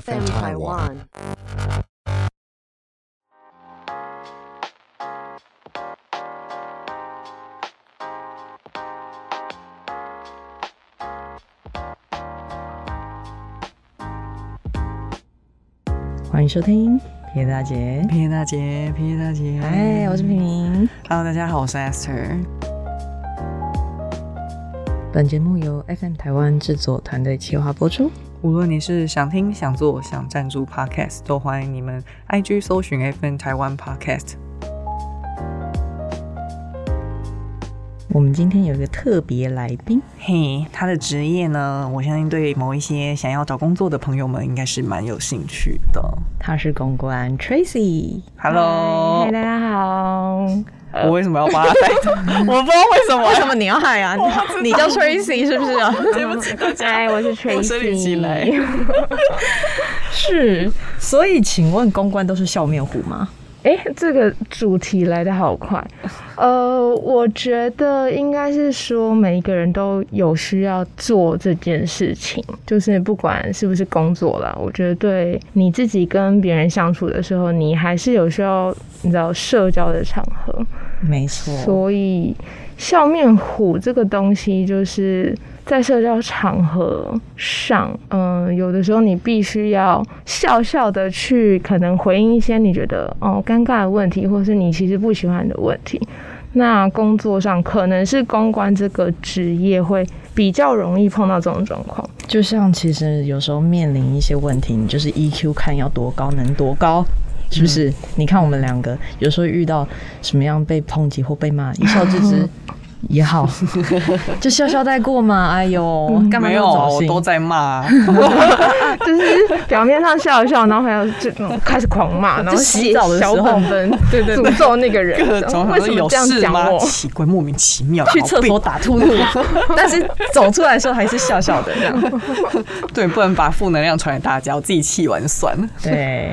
FM Taiwan. 欢迎收听撇大姐。平野大姐，平野大姐，嗨，哎我是平平。 Hello，大家好，我是 Esther。本节目由 FM 台湾制作团队企划播出。无论你是想听、想做、想赞助 Podcast，都欢迎你们 IG 搜寻 FN 台湾 Podcast。我们今天有一个特别来宾，嘿、他的职业呢，我相信对某一些想要找工作的朋友们应该是蛮有兴趣的。他是公关 Tracy。 Hello 嗨大呃家好。我为什么要把他带走？我不知道为什么为。什么你要害 啊？你你叫 Tracy 是不是啊？对不起大家，嗨，哎我是 Tracy。我生理期来。 是。所以，请问公关都是笑面虎吗？哎、这个主题来的好 快。呃，我觉得应该是说每一个人都有需要做这件事情，就是不管是不是工作啦，我觉得对你自己跟别人相处的时候，你还是有需要你知道社交的场合。没错。所以笑面虎这个东西，就是在社交场合上，嗯，有的时候你必须要笑笑的去可能回应一些你觉得哦尴尬的问题，或是你其实不喜欢的问题。那工作上可能是公关这个职业会比较容易碰到这种状况。就像其实有时候面临一些问题，你就是 EQ 看要多高，能多高。嗯是不是？你看我们两个有时候遇到什么样被抨击或被骂，一笑置 之也好，就笑笑带过嘛。哎呦，干嘛嗯没那有，啊么走我心？ 都在骂。就是表面上笑一笑，然后还要就嗯开始狂骂，然后就洗澡的时小候本本，对对诅咒那个人，各种为什么有这样事讲吗？我？奇怪，莫名其妙。去毛厕病所打吐吐，但是走出来的时候还是笑笑的这样。 对，不能把负能量传给大家，我自己气完算了。对，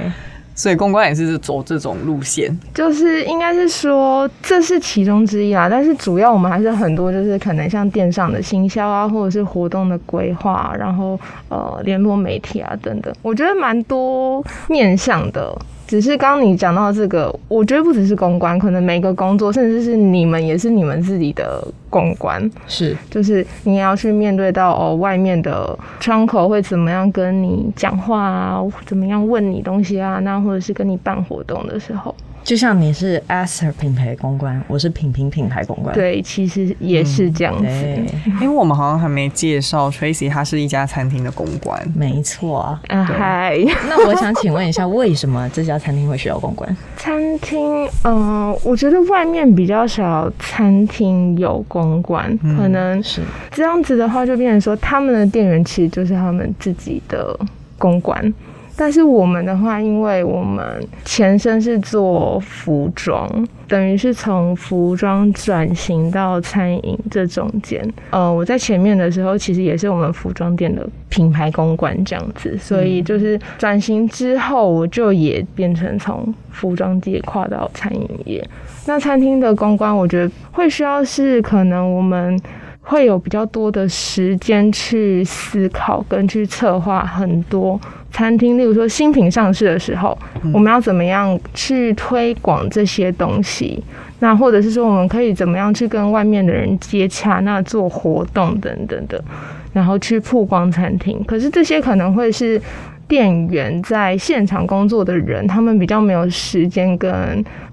所以公关也是走这种路线。就是应该是说这是其中之一啦，但是主要我们还是很多就是可能像电商的行销啊，或者是活动的规划，然后呃联络媒体啊等等，我觉得蛮多面向的。只是刚刚你讲到这个，我觉得不只是公关，可能每个工作，甚至是你们也是你们自己的公关。是就是你也要去面对到哦，外面的窗口会怎么样跟你讲话啊，怎么样问你东西啊，那或者是跟你办活动的时候，就像你是 Aster 品牌公关，我是品品品牌公关。对，其实也是这样子。嗯对，因为我们好像还没介绍 Tracy，他是一家餐厅的公关。没错啊。啊嗨， 那我想请问一下，为什么这家餐厅会需要公关？餐厅，嗯、我觉得外面比较少餐厅有公关，嗯可能是这样子的话，就变成说他们的店员其实就是他们自己的公关。但是我们的话，因为我们前身是做服装，等于是从服装转型到餐饮这中间。呃，我在前面的时候，其实也是我们服装店的品牌公关这样子，所以就是转型之后，我就也变成从服装界跨到餐饮业。那餐厅的公关，我觉得会需要是可能我们会有比较多的时间去思考跟去策划很多餐厅，例如说新品上市的时候，我们要怎么样去推广这些东西？那或者是说，我们可以怎么样去跟外面的人接洽？那做活动等等的，然后去曝光餐厅。可是这些可能会是店员在现场工作的人，他们比较没有时间跟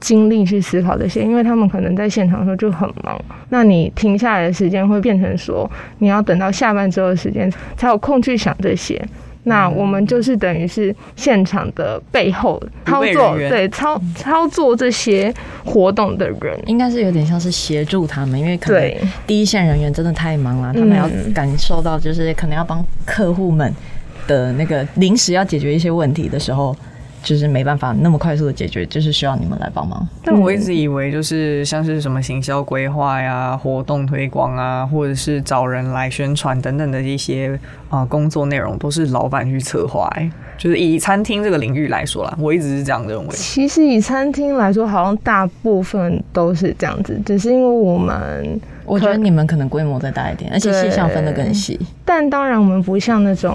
精力去思考这些，因为他们可能在现场的时候就很忙。那你停下来的时间会变成说，你要等到下班之后的时间才有空去想这些。那我们就是等于是现场的背后操不备作，人员对操操作这些活动的人，应该是有点像是协助他们，因为可能对第一线人员真的太忙了，他嗯们要感受到就是可能要帮客户们的那个临时要解决一些问题的时候，就是没办法那么快速的解决，就是需要你们来帮忙。但我一直以为就是像是什么行销规划呀、活动推广啊，或者是找人来宣传等等的一些啊、呃工作内容，都是老板去策划、欸。就是以餐厅这个领域来说啦，我一直是这样认为。其实以餐厅来说，好像大部分都是这样子，只是因为我们，我觉得你们可能规模再大一点，而且细项分得更细。但当然我们不像那种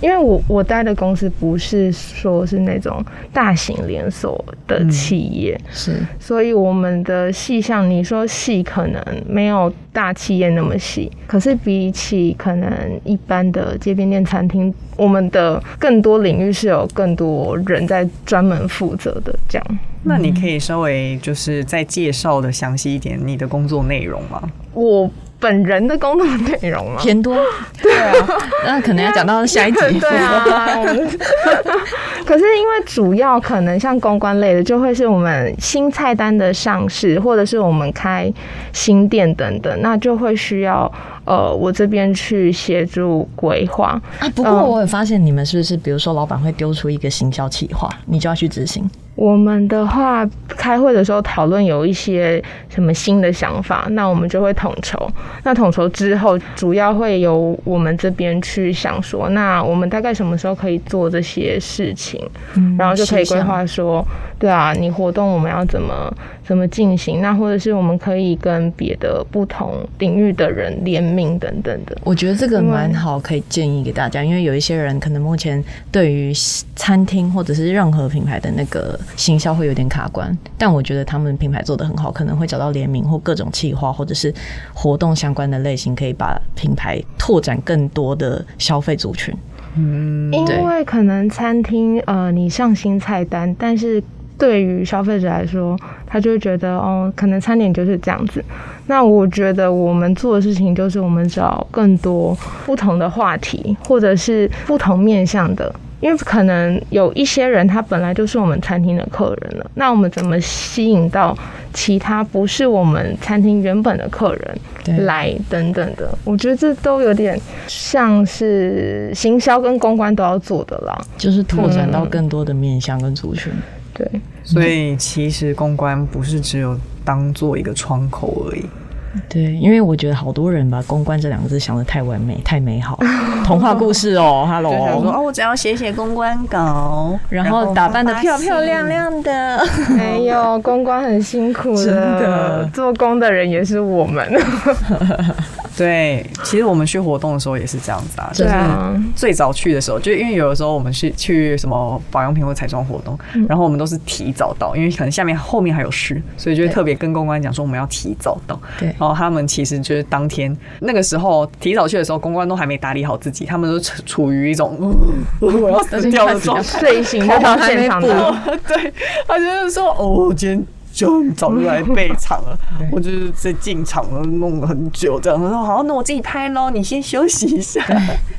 因为我我待的公司不是说是那种大型连锁的企业，是所以我们的细项，你说细可能没有大企业那么细，可是比起可能一般的街边店、餐厅，我们的更多领域是有更多人在专门负责的。这样，那你可以稍微就是再介绍的详细一点你的工作内容吗？我本人的工作内容嘛，偏多，对啊，那可能要讲到下一集。 对啊，我们可是因为主要可能像公关类的，就会是我们新菜单的上市，或者是我们开新店等等，那就会需要呃我这边去协助规划。啊，不过我也发现你们是不是，比如说老板会丢出一个行销企划，你就要去执行。我们的话，开会的时候讨论有一些什么新的想法，那我们就会统筹。那统筹之后，主要会由我们这边去想说，那我们大概什么时候可以做这些事情，然后就可以规划说，对啊，你活动我们要怎么怎么进行，那或者是我们可以跟别的不同领域的人联名等等的。我觉得这个蛮好，可以建议给大家，因为有一些人可能目前对于餐厅或者是任何品牌的那个行销会有点卡关，但我觉得他们品牌做得很好，可能会找到联名或各种企划或者是活动相关的类型，可以把品牌拓展更多的消费族群。对因为可能餐厅呃，你上新菜单，但是对于消费者来说，他就会觉得哦，可能餐点就是这样子。那我觉得我们做的事情就是我们找更多不同的话题，或者是不同面向的。因为可能有一些人他本来就是我们餐厅的客人了，那我们怎么吸引到其他不是我们餐厅原本的客人？对来等等的，我觉得这都有点像是行销跟公关都要做的啦。就是拓展到更多的面向跟族群。 对，所以其实公关不是只有当做一个窗口而已。对，因为我觉得好多人把公关这两个字想得太完美、太美好， 童话故事哦，Hello，就想说哦，我只要写写公关稿，然后打扮的漂漂亮亮的，没有公关很辛苦的，真的做工的人也是我们。对，其实我们去活动的时候也是这样子啊，就对是啊，最早去的时候，就因为有的时候我们是去什么保养品或彩妆活动，然后我们都是提早到，因为可能下面后面还有事，所以就会特别跟公关讲说我们要提早到。对然后他们其实就是当天那个时候提早去的时候，公关都还没打理好自己，他们都处处于一种、呃、我要死掉的状态。睡醒就到现场的，对，他就是说，哦，我今天就很早就来 备场了，我就是在进场了，弄了很久这样。他说，好，那我自己拍喽，你先休息一下。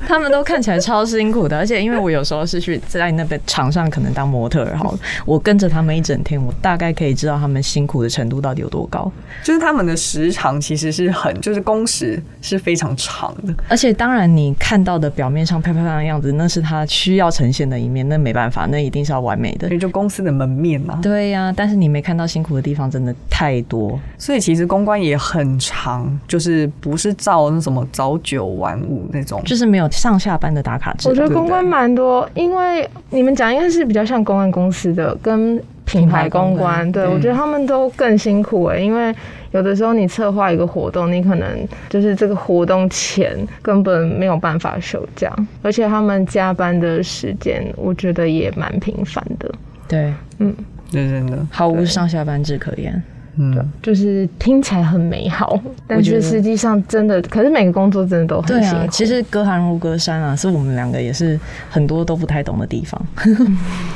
他们都看起来超辛苦的，而且因为我有时候是去在那边场上可能当模特儿好 了，我跟着他们一整天，我大概可以知道他们辛苦的程度到底有多高。 就是他们的时长其实是很，就是工时是非常长的。而且当然，你看到的表面上漂漂亮亮的样子，那是他需要呈现的一面，那没办法，那一定是要完美的所。以就公司的门面嘛，对呀、但是你没看到辛苦的地方真的太多，所以其实公关也很长，就是不是照那什么早九晚五那种，就是没有上下班的打卡制我。觉得对公关蛮多，因为你们讲应该是比较像公关公司的跟品牌品牌公公关嗯关，对对我觉得他们都更辛苦哎、因为有的时候你策划一个活动，你可能就是这个活动前根本没有办法休假，而且他们加班的时间，我觉得也蛮频繁的，对，对真的，毫无上下班制可啊言。嗯，就是听起来很美好，但我觉得是实际上真的，可是每个工作真的都对很辛苦。啊，其实隔行如隔山啊，是我们两个也是很多都不太懂的地方。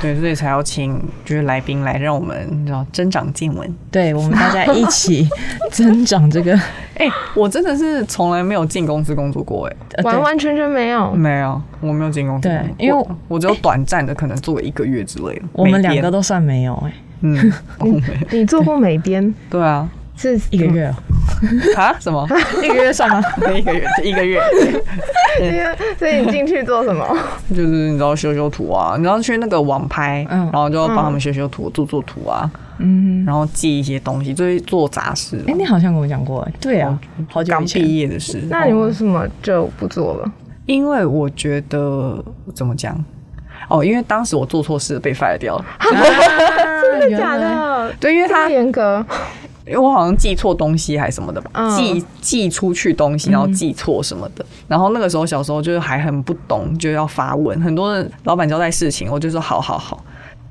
对，所以才要请就是来宾来让我们你知道增长见闻。对我们大家一起增长这个，哎、我真的是从来没有进公司工作过、哎，呃完对完全全没有，没有，我没有进公司对工作因为我我只有短暂的，可能做一个月之类的。 我们两个每天，都算没有哎、嗯，我没有你做过美编对啊，是 一个月、哦啊，什么？一个月算吗？ 一个月，一个月， 所以你进去做什么？就是你知道修修图啊，你要去那个网拍，嗯然后就帮他们修修图、做做图啊，嗯，然后记一些东西，就是做杂事啊。哎、你好像跟我讲过哎、对啊，好久刚以前毕业的事，那你为什么就不做了？因为我觉得怎么讲？哦，因为当时我做错事被 fire 掉了。真假？的？对，因为这么他严格，因为我好像寄错东西还什么的吧，嗯寄寄出去东西，然后寄错什么的。然后那个时候小时候就是还很不懂，就要发问，很多人老板交代事情，我就说好好好。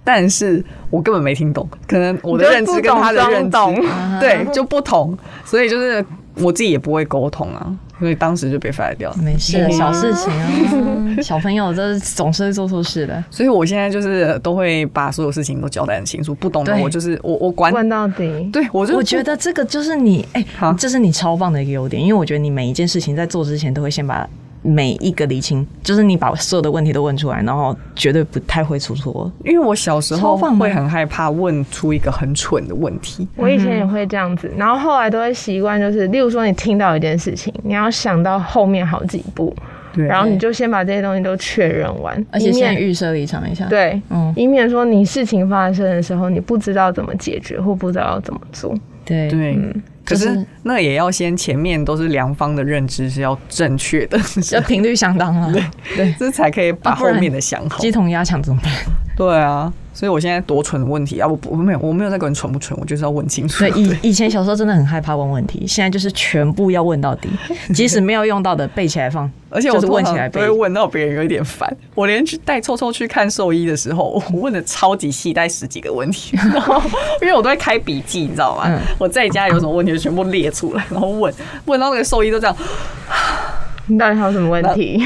但是我根本没听懂，可能我的认知跟他的认你知就不懂 对就不同，所以就是我自己也不会沟通啊，所以当时就被 fire 掉了。没事，小事情啊，小朋友这总是会做错事的。所以我现在就是都会把所有事情都交代很清楚，不懂的对我就是我我管，问到底。对我就我觉得这个就是你，哎、好这是你超棒的一个优点，因为我觉得你每一件事情在做之前都会先把每一个理清，就是你把所有的问题都问出来，然后绝对不太会出错。因为我小时候超棒的会很害怕问出一个很蠢的问题，我以前也会这样子，然后后来都会习惯，就是例如说你听到一件事情，你要想到后面好几步，对然后你就先把这些东西都确认完，而且以先免预设立场一下，，对，嗯，以免说你事情发生的时候你不知道怎么解决或不知道要怎么做。对，对。可嗯就是是那也要先前面都是两方的认知是要正确的，要频率相当啊，对， 这才可以把啊不后然面的想好。鸡同鸭抢怎么办？对啊，所以我现在多蠢的问题啊，我不我没有我没有在管蠢不蠢，我就是要问清楚。对，以以前小时候真的很害怕问问题，现在就是全部要问到 底，即使没有用到的背起来放， 而且就我是通问起常来都背会。问到别人有一点烦。我连去带臭臭去看兽医的时候， 我问的超级细，带十几个问 题，然后因为我都会开笔记，你知道吗？嗯我在家有什么问题就全部列出来，然后问，问到那个兽医都这样，你到底还有什么问题？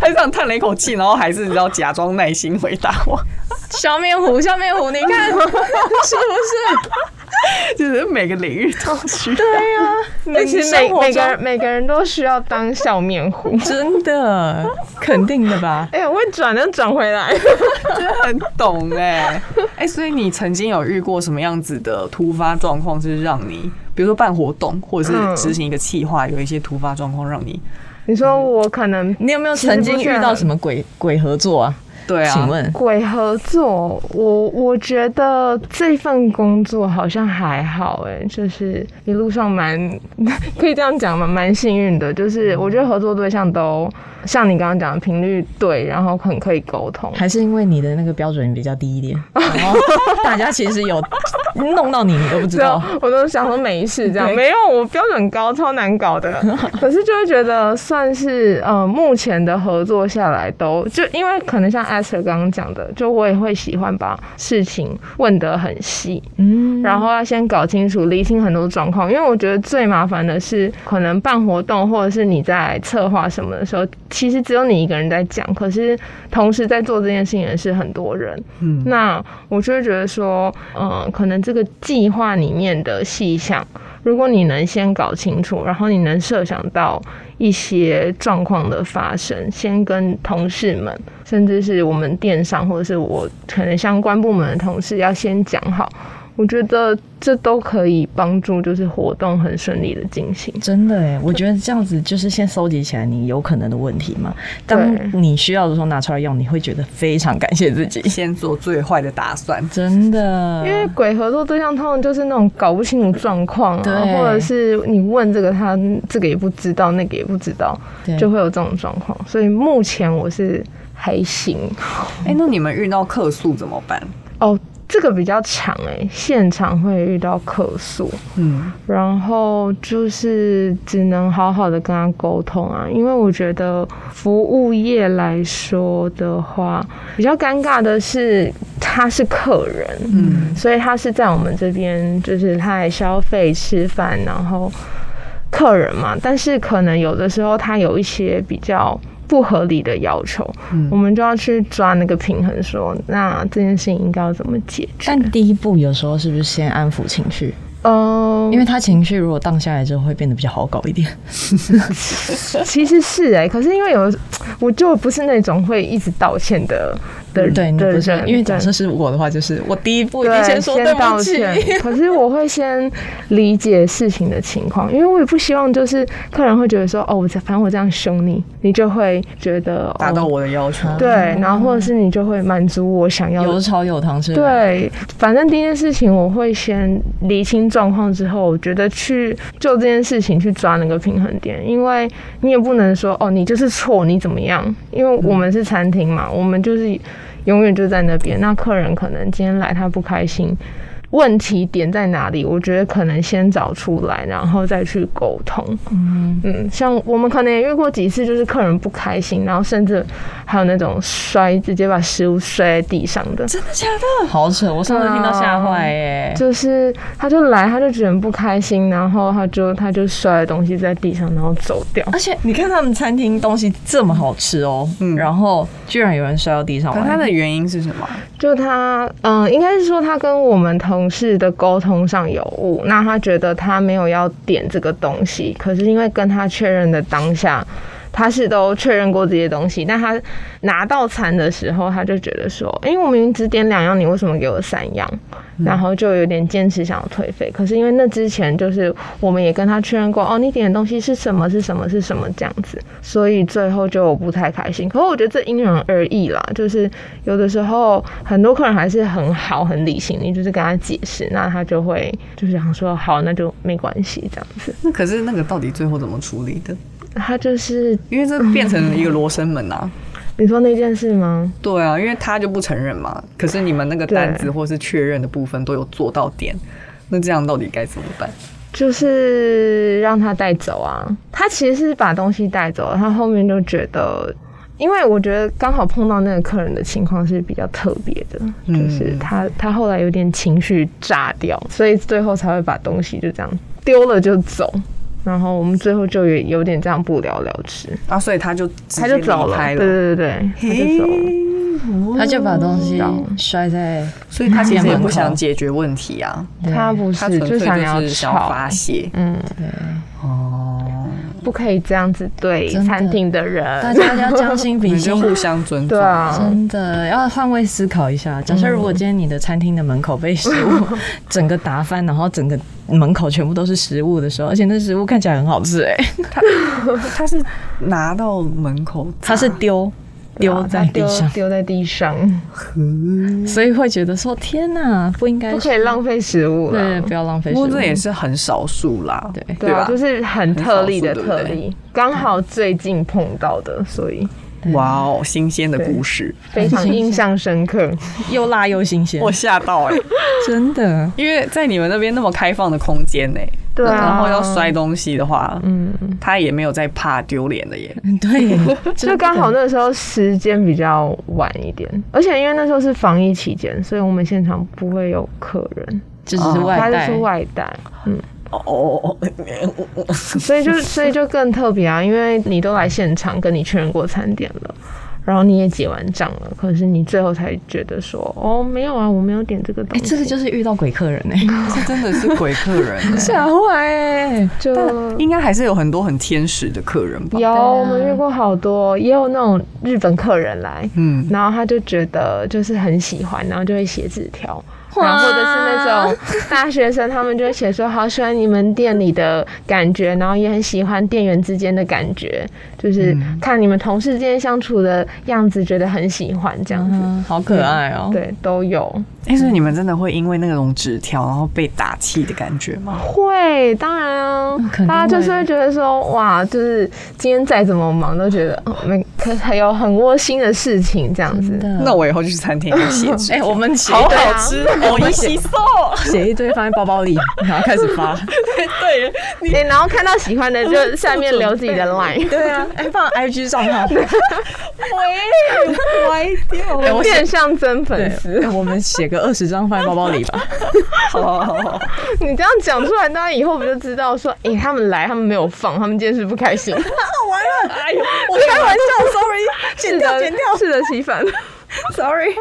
他就这样叹了一口气，然后还是你知道假装耐心回答我，小面虎，小面虎，你 看是不是？就是每个领域都需要。那其实生每活每个中人每个人都需要当笑面虎。 真的，肯定的吧？哎、我会转能转回 来。很懂哎、哎、所以你曾经有遇过什么样子的突发状况，是让你，比如说办活动，或者嗯是执行一个计划，有一些突发状况让你，你说我可能你有没有其实曾不经是啊遇很到什么鬼鬼合作啊？对啊，请问，鬼合作，我我觉得这份工作好像还好哎、就是一路上蛮 可以这样讲嘛，蛮幸运的。就是我觉得合作对象都像你刚刚讲的频率对，然后很可以沟通。还是因为你的那个标准比较低一 点，然后大家其实有弄到你，你都不知对道啊，我都想说没事这样， 对没有我标准高，超难 搞的。可是就会觉得算是呃，目前的合作下来都就因为可能像 Esther 刚刚讲的，就我也会喜欢把事情问得很细，嗯，然后要先搞清楚、厘清很多状况，因为我觉得最麻烦的是可能办活动或者是你在策划什么的时候，其实只有你一个人在讲，可是同时在做这件事情的是很多人，嗯，那我就会觉得说，嗯、可能这个计划里面的细项，如果你能先搞清楚，然后你能设想到一些状况的发生，先跟同事们，甚至是我们电商或者是我可能相关部门的同事要先讲好，我觉得这都可以帮助就是活动很顺利的进行。真的哎，我觉得这样子就是先收集起来你有可能的问题嘛，当你需要的时候拿出来用，你会觉得非常感谢自己，先做最坏的打算，真的，因为鬼合作对象通常就是那种搞不清楚状况对啊，或者是你问这个他这个也不知道，那个也不知道，对就会有这种状况。所以目前我是还行哎、那你们遇到客诉怎么办？哦，这个比较长哎、现场会遇到客诉，嗯，然后就是只能好好的跟他沟通啊，因为我觉得服务业来说的话，比较尴尬的是他是客人，嗯，所以他是在我们这边，就是他来消费、吃饭，然后客人嘛，但是可能有的时候他有一些比较。不合理的要求，嗯我们就要去抓那个平衡说那这件事情应该要怎么解决？但第一步有时候是不是先安抚情绪？嗯，因为他情绪如果荡下来之后，会变得比较好搞一点。其实是哎、可是因为有，我就不是那种会一直道歉的的人，嗯对，你的不是人，因为假对设是我的话，就是我第一步一定对先说对道不起。歉。可是我会先理解事情的情况，因为我也不希望就是客人会觉得说哦，我这反正我这样凶你，你就会觉得达到哦、我的要求，对，然后或者是你就会满足我想要 的有吵有糖是吧，对，反正第一件事情我会先理清状况，之后我觉得去就这件事情去抓那个平衡点，因为你也不能说哦，你就是错，你怎么样？因为我们是餐嗯厅嘛，我们就是永远就在那边，那客人可能今天来他不开心。问题点在哪里，我觉得可能先找出来，然后再去沟通。嗯像我们可能也遇过几次，就是客人不开心，然后甚至还有那种摔，直接把食物摔在地上的。真的假的？啊好扯！我上次听到吓坏耶。就是他就来，他就觉得很不开心，然后他就他就摔了东西在地上，然后走掉。而且你看他们餐厅东西这么好吃哦，嗯然后居然有人摔到地上可来它。的原因是什么？就他，嗯、应该是说他跟我们同事的沟通上有误，那他觉得他没有要点这个东西，可是因为跟他确认的当下，他是都确认过这些东西，但他拿到餐的时候，他就觉得说，因为我明明只点两样，你为什么给我三样？然后就有点坚持想要退费，可是因为那之前就是我们也跟他确认过，哦，你点的东西是什么是什么是什么这样子，所以最后就不太开心。可是我觉得这因人而异啦，就是有的时候很多客人还是很好很理性，你就是跟他解释，那他就会就是想说好，那就没关系这样子。那可是那个到底最后怎么处理的？他就是因为这变成了 一个罗生门啊。你说那件事吗？对啊，因为他就不承认嘛。可是你们那个单子对或是确认的部分都有做到点，那这样到底该怎么办？就是让他带走啊。他其实是把东西带走了，他后面就觉得，因为我觉得刚好碰到那个客人的情况是比较特别的，嗯就是他他后来有点情绪炸掉，所以最后才会把东西就这样丢了就走。然后我们最后就有有点这样不了了之，啊，所以他就直他接就离走了，开对对对对，他就走了。嘿他就把东西哦摔在，所以他其实也店门不口想解决问题啊，对他不他是，纯粹想要就是想要吵，发泄。嗯，哦，不可以这样子对真的餐厅的人。大家要将心比你就心。互相尊重。对啊真的要换位思考一下。假设如果今天你的餐厅的门口被食物 整个打翻，然后整个门口全部都是食物的时候，而且那食物看起来很好吃、哎，他是拿到门口砸，它是丢丢在地上，啊丢在地上，所以会觉得说天哪，不应该不可以浪费食物对，了。不要浪费不食物过。这也是很少数啦。对对啊，吧就是很特例的特很少数对不例，刚好最近碰到的，所以哇哦，新鲜的故事，非常印象深刻。又辣又新鲜我，吓到哎、真的。因为在你们那边那么开放的空间欸呢、对啊，然后要摔东西的话，嗯，他也没有在怕丢脸的耶。 对，就刚好那时候时间比较晚一点，而且因为那时候是防疫期间，所以我们现场不会有客人，就只是他外就带是，外带，哦哦哦，所以就所以就更特别啊，因为你都来现场跟你确认过餐点了。然后你也结完账了，可是你最后才觉得说，哦，没有啊，我没有点这个东哎，西。这个就是遇到鬼客人哎，这哦真的是鬼客人、欸，吓坏哎，就但 应该还是有很多很天使的客人吧？有，啊我们遇过好多，也有那种日本客人来，嗯，然后他就觉得就是很喜欢，然后就会写纸条。哇然后或者是那种大学生，他们就会写说好喜欢你们店里的感觉，然后也很喜欢店员之间的感觉，就是看你们同事之间相处的样子，觉得很喜欢这样子。嗯，好可爱哦。对，都有哎、所以你们真的会因为那种纸条然后被打气的感觉吗？会，当然啊嗯肯定，大家就是会会觉得说，哇，就是今天再怎么忙，都觉得哦没，可还有很窝心的事情这样子真。的。 那我以后就去餐厅写 纸，哎，我们写好一堆好吃，哎我一起送。写一堆放 在包包里，然后开始发。对，你 对，然后看到喜欢的就下面留自己 的 line，对啊，哎，放 IG 账号。喂，歪掉了。哎我写变相增粉对丝。，哎我们写个二十张放在包包里吧。好好好， 你这样讲出来，大家以后不就知道说， 哎、他们来，他们没有放，他们今天是不 开心。完了， 哎呦，我开玩笑，sorry，是的，适得其反。 ，sorry。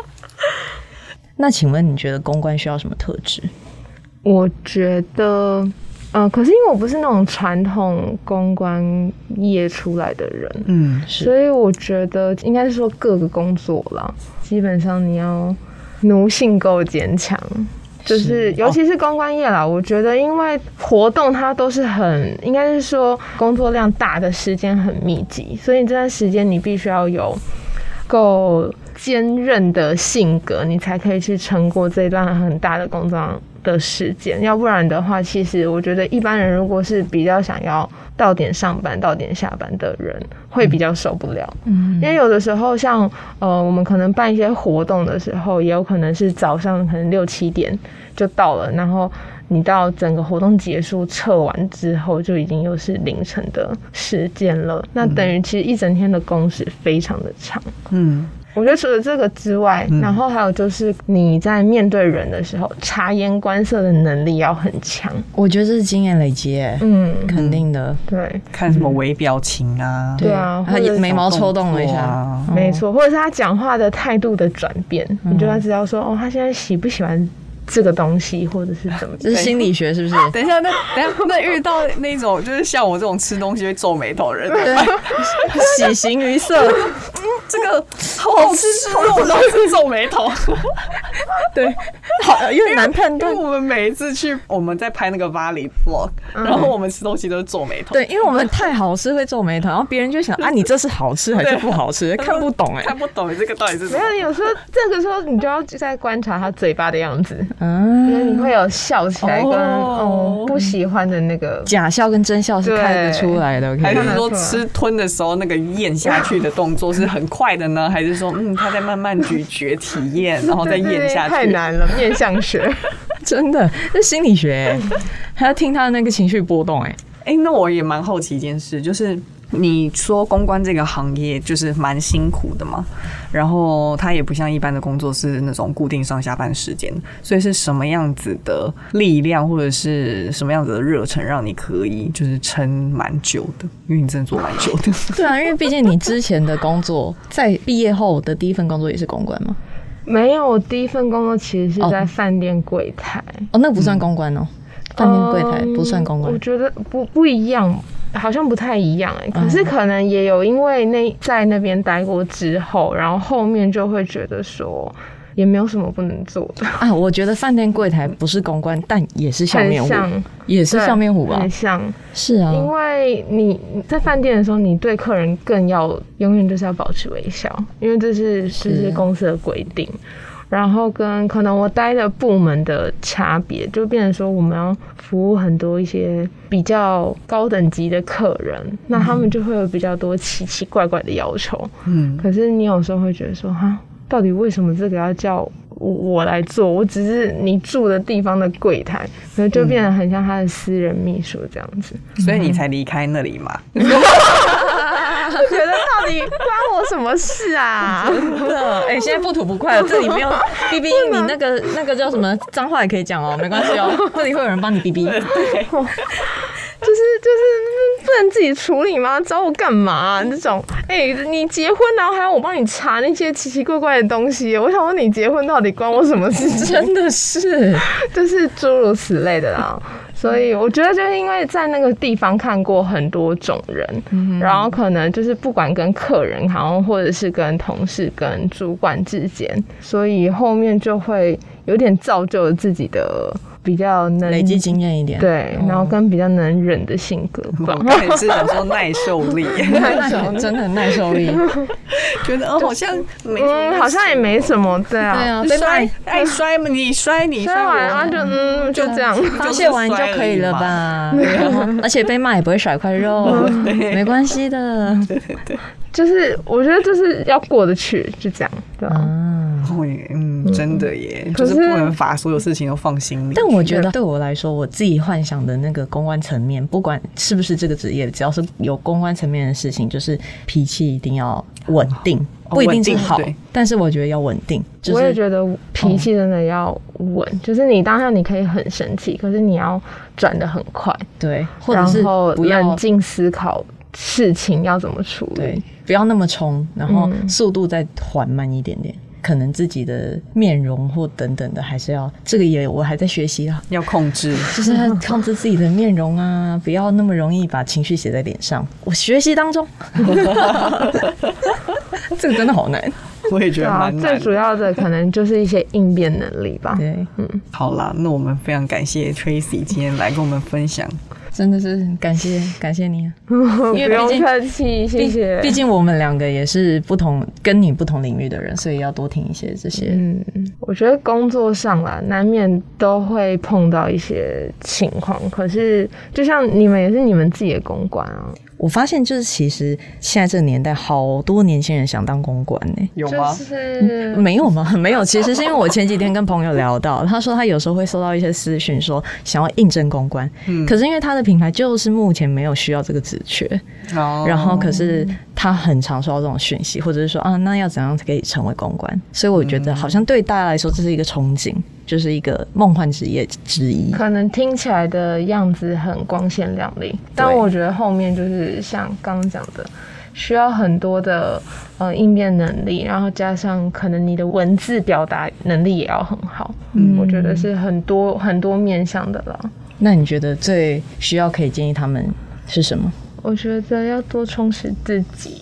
那请问你觉得公关需要什么特质？ 我觉得，嗯、可是因为我不是那种传统公关业出来的人，嗯，是所以我觉得应该是说各个工作啦，基本上你要奴性够坚强，就是是哦尤其是公关业啦，我觉得因为活动它都是很，应该是说工作量大的时间很密集，所以这段时间你必须要有够坚韧的性格，你才可以去撑过这段很大的工作的时间。要不然的话，其实我觉得一般人如果是比较想要到点上班、到点下班的人，会比较受不了。嗯，因为有的时候像呃，我们可能办一些活动的时候，也有可能是早上可能六七点就到了，然后。你到整个活动结束撤完之后，就已经又是凌晨的时间了。那等于其实一整天的工时非常的长。嗯，我觉得除了这个之外，然后还有就是你在面对人的时候，察言观色的能力要很强。我觉得这是经验累积、欸，嗯，肯定的。对，看什么微表情啊，对啊他或者是眉毛抽动了一小动作下啊，没错，或者是他讲话的态度的转变，嗯你就要知道说，哦，他现在喜不喜欢这个东西，或者是 怎么这是心理学是不是？等一下，那等一下， 那遇到那种就是像我这种吃东西会皱眉头的人， 喜形于色，这个好好吃，好肉都是皱眉头。对，好有点难判因为断。我们每一次去，我们在拍那个巴黎 vlog，然嗯后我们吃东西都是皱眉头，对，因为我们太好吃会皱眉头，然后别人就想啊，你这是好吃还是不好 吃？对看不懂哎、看不懂这个到底是什没么。有，有时候这个时候你就要在观察他嘴巴的样子，嗯，因为你会有笑起来跟哦哦不喜欢的那个假笑跟真笑是看得出来的。还 OK，是说吃吞的时候那个咽下去的动作是很快的呢？还是说嗯，他在慢慢咀嚼体 验，然后再咽下去？太难了，面相 学。真的这心理学、 欸，还要听他的那个情绪波动哎、哎、那我也蛮好奇一件事，就是你说公关这个行业就是蛮辛苦的嘛，然后它也不像一般的工作是那种固定上下班时间，所以是什么样子的力量或者是什么样子的热忱，让你可以就是撑蛮久的？因为你真的做蛮久的， 对啊，因为毕竟你之前的工作，在毕业后的第一份工作也是公关嘛。没有，我第一份工作其实是哦在饭店柜台，哦，那不算公关哦，饭店柜台不算公嗯关我。觉得不不一样，好像不太一样哎、可嗯是可能也有因为那在那边待过之后，然后后面就会觉得说。也没有什么不能做的，啊，我觉得饭店柜台不是公关，但也是笑很面像虎，也是对笑面虎吧很？像。是啊，因为你你在饭店的时候，你对客人更要永远就是要保持微笑，因为这是这是是公司的规定。然后跟可能我待的部门的差别，就变成说我们要服务很多一些比较高等级的客人，那他们就会有比较多奇奇怪怪的要求。嗯，可是你有时候会觉得说，哈，到底为什么这个要叫我我来做？我只是你住的地方的柜台，可是就变得很像他的私人秘书这样子。所以你才离开那里嘛。嗯我觉得到底关我什么事 啊？真的，哎、现在不吐不快了，这里没 有 B B，你那个那个叫什么脏话也可以讲哦，没关系 哦，这里会有人帮你 B B。就是就是不能自己处理吗？找我干嘛、这种，哎、你结婚然后还要我帮你查那些奇奇怪怪的东西，我想问你结婚到底关我什么事情？ 真的是，就是诸如此类的啦。所以我觉得就是因为在那个地方看过很多种人，然后可能就是不管跟客人，然后或者是跟同事、跟主管之间，所以后面就会有点造就了自己的比较能累积经验一点。对，然后跟比较能忍的性格吧我。哦刚才是想说耐受 力，耐受，真的很耐受力。觉得哦好像没什么嗯，好像也没什么，对啊，对啊，就被骂摔，爱摔嘛，你摔你嗯啊摔摔我完然后就嗯就这样，发泄完就可以了 吧？然后，而且被骂也不会甩块肉，没关系的。就是我觉得就是要过得去，就这样，对啊。啊，会，嗯，真的耶，就可是是不能把所有事情都放心里。但我觉是得的对我来说，我自己幻想的那个公关层面，不管是不是这个职业，只要是有公关层面的事情，就是脾气一定要稳定，哦不一定是好稳定对，但是我觉得要稳定。就我也是嗯觉得脾气真的要稳，就是你当下你可以很生气，可是你要转的很快，对，或者然是后不要冷静思考事情要怎么处对理。，不要那么冲，然后嗯速度再缓慢一点点。可能自己的面容或等等的，还是要这个也我还在学习啊，要控 制，就是要控制自己的面容 啊，不要那么容易把情绪写在脸上。我学习当中， 这个真的好难。我也觉对得啊蛮，最难主的。要的可能就是一些应变能力吧。对，好啦，那我们非常感谢 Tracy 今天来跟我们分享真的是感谢感谢你啊， 不因为毕用竟客气，谢毕谢。毕竟我们两个也是不同跟你不同领域的人，所以要多听一些这些。嗯，我觉得工作上啦，难免都会碰到一些情况。可是，就像你们也是你们自己的公关啊，我发现就是其实现在这个年代，好多年轻人想当公关欸呢、有就吗？是没有吗？ 没有，其实是因为我前几天跟朋友聊到，他说他有时候会收到一些私讯，说想要应征公关，可是因为他的品牌就是目前没有需要这个职缺，哦然后可是他很常收到这种讯息，或者是说啊，那要怎样才可以成为公关？所以我觉得好像对大家来说，这是一个憧憬，就是一个梦幻职业之一。可能听起来的样子很光鲜亮丽，但我觉得后面就是像刚刚讲的，需要很多的呃应变能力，然后加上可能你的文字表达能力也要很好。嗯，我觉得是很多很多面向的啦。那你觉得最需要可以建议他们是什么？我觉得要多充实自己。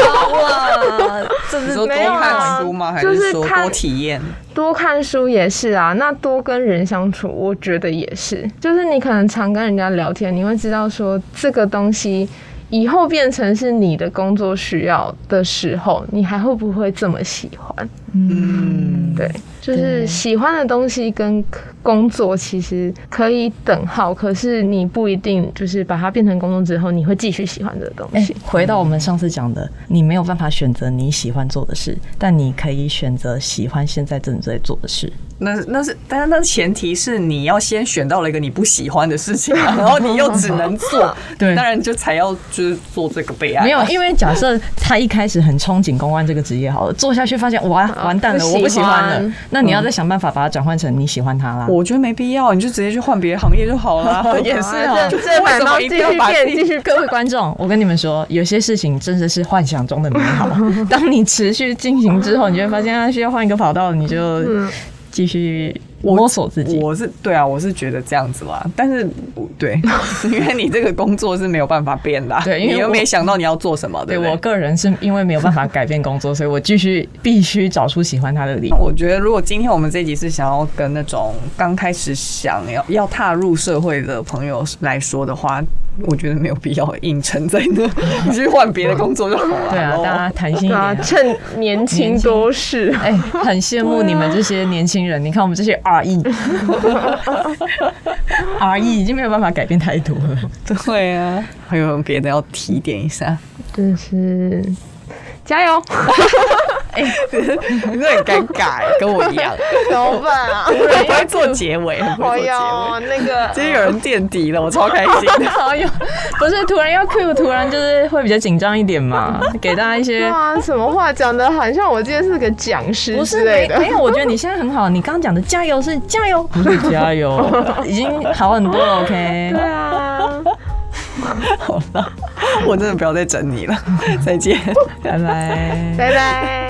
哇，这你说多没有啊看书吗？还就是是说看多体验？多看书也是啊，那多跟人相处，我觉得也是。就是你可能常跟人家聊天，你会知道说这个东西以后变成是你的工作需要的时候，你还会不会这么喜欢？嗯，对，就是对喜欢的东西跟工作其实可以等号，可是你不一定就是把它变成工作之后，你会继续喜欢这个东哎、西。回到我们上次讲的，你没有办法选择你喜欢做的事，但你可以选择喜欢现在正在做的事。那那是，但是那前提是你要先选到了一个你不喜欢的事情啊、 然后你又只能做， 对当然就才要就是做这个备案。啊没有，因为假设他一开始很憧憬公关这个职业，好了，做下去发现哇，啊完蛋了，不喜我不喜欢欢了。那你要再想办法把它转换成你喜欢它啦。嗯我觉得没必要，你就直接去换别的行业就好 了。也是啊，就这是这为反什倒么一继定要续把变自己继续各位观众，我跟你们说，有些事情真的是幻想中的美 好。当你持续进行之后，你就会发现啊它需要换一个跑道，你就继续摸索自己。嗯我是对啊，我是觉得这样子啦，但是我 对，因为你这个工作是没有办法变的啊，对因为你又我没想到你要做什么，对不对我个人是因为没有办法改变工作，所以我继续必须找出喜欢他的理那由。我觉得，如果今天我们这一集是想要跟那种刚开始想要要踏入社会的朋友来说的话，我觉得没有必要 硬撑在 那，你去换别的工作就好了。对啊，咯大家弹性一对点啊，啊。趁年轻多事。哎、很羡慕你们这些年轻人。你看我们这些 R E，R E 已经没有办法改变太多了。对啊，还有别的要提点一下，就是 加油，你这很尴尬欸，跟我一样，怎么办啊？哎很不会做结尾，很不会做结尾。，那个今天有人垫底了，我超开心的。好有，哎不是突然要 Q，突然就是会比较紧张一点 嘛，给大家一些。哇，什么话讲的，好像我今天是个讲师不之是类没的。没有，我觉得你现在很好。你刚刚讲的加油是加油，不是加油， 已经好很多了。OK，对啊，我真的不要再整你了，再见。拜拜。拜拜。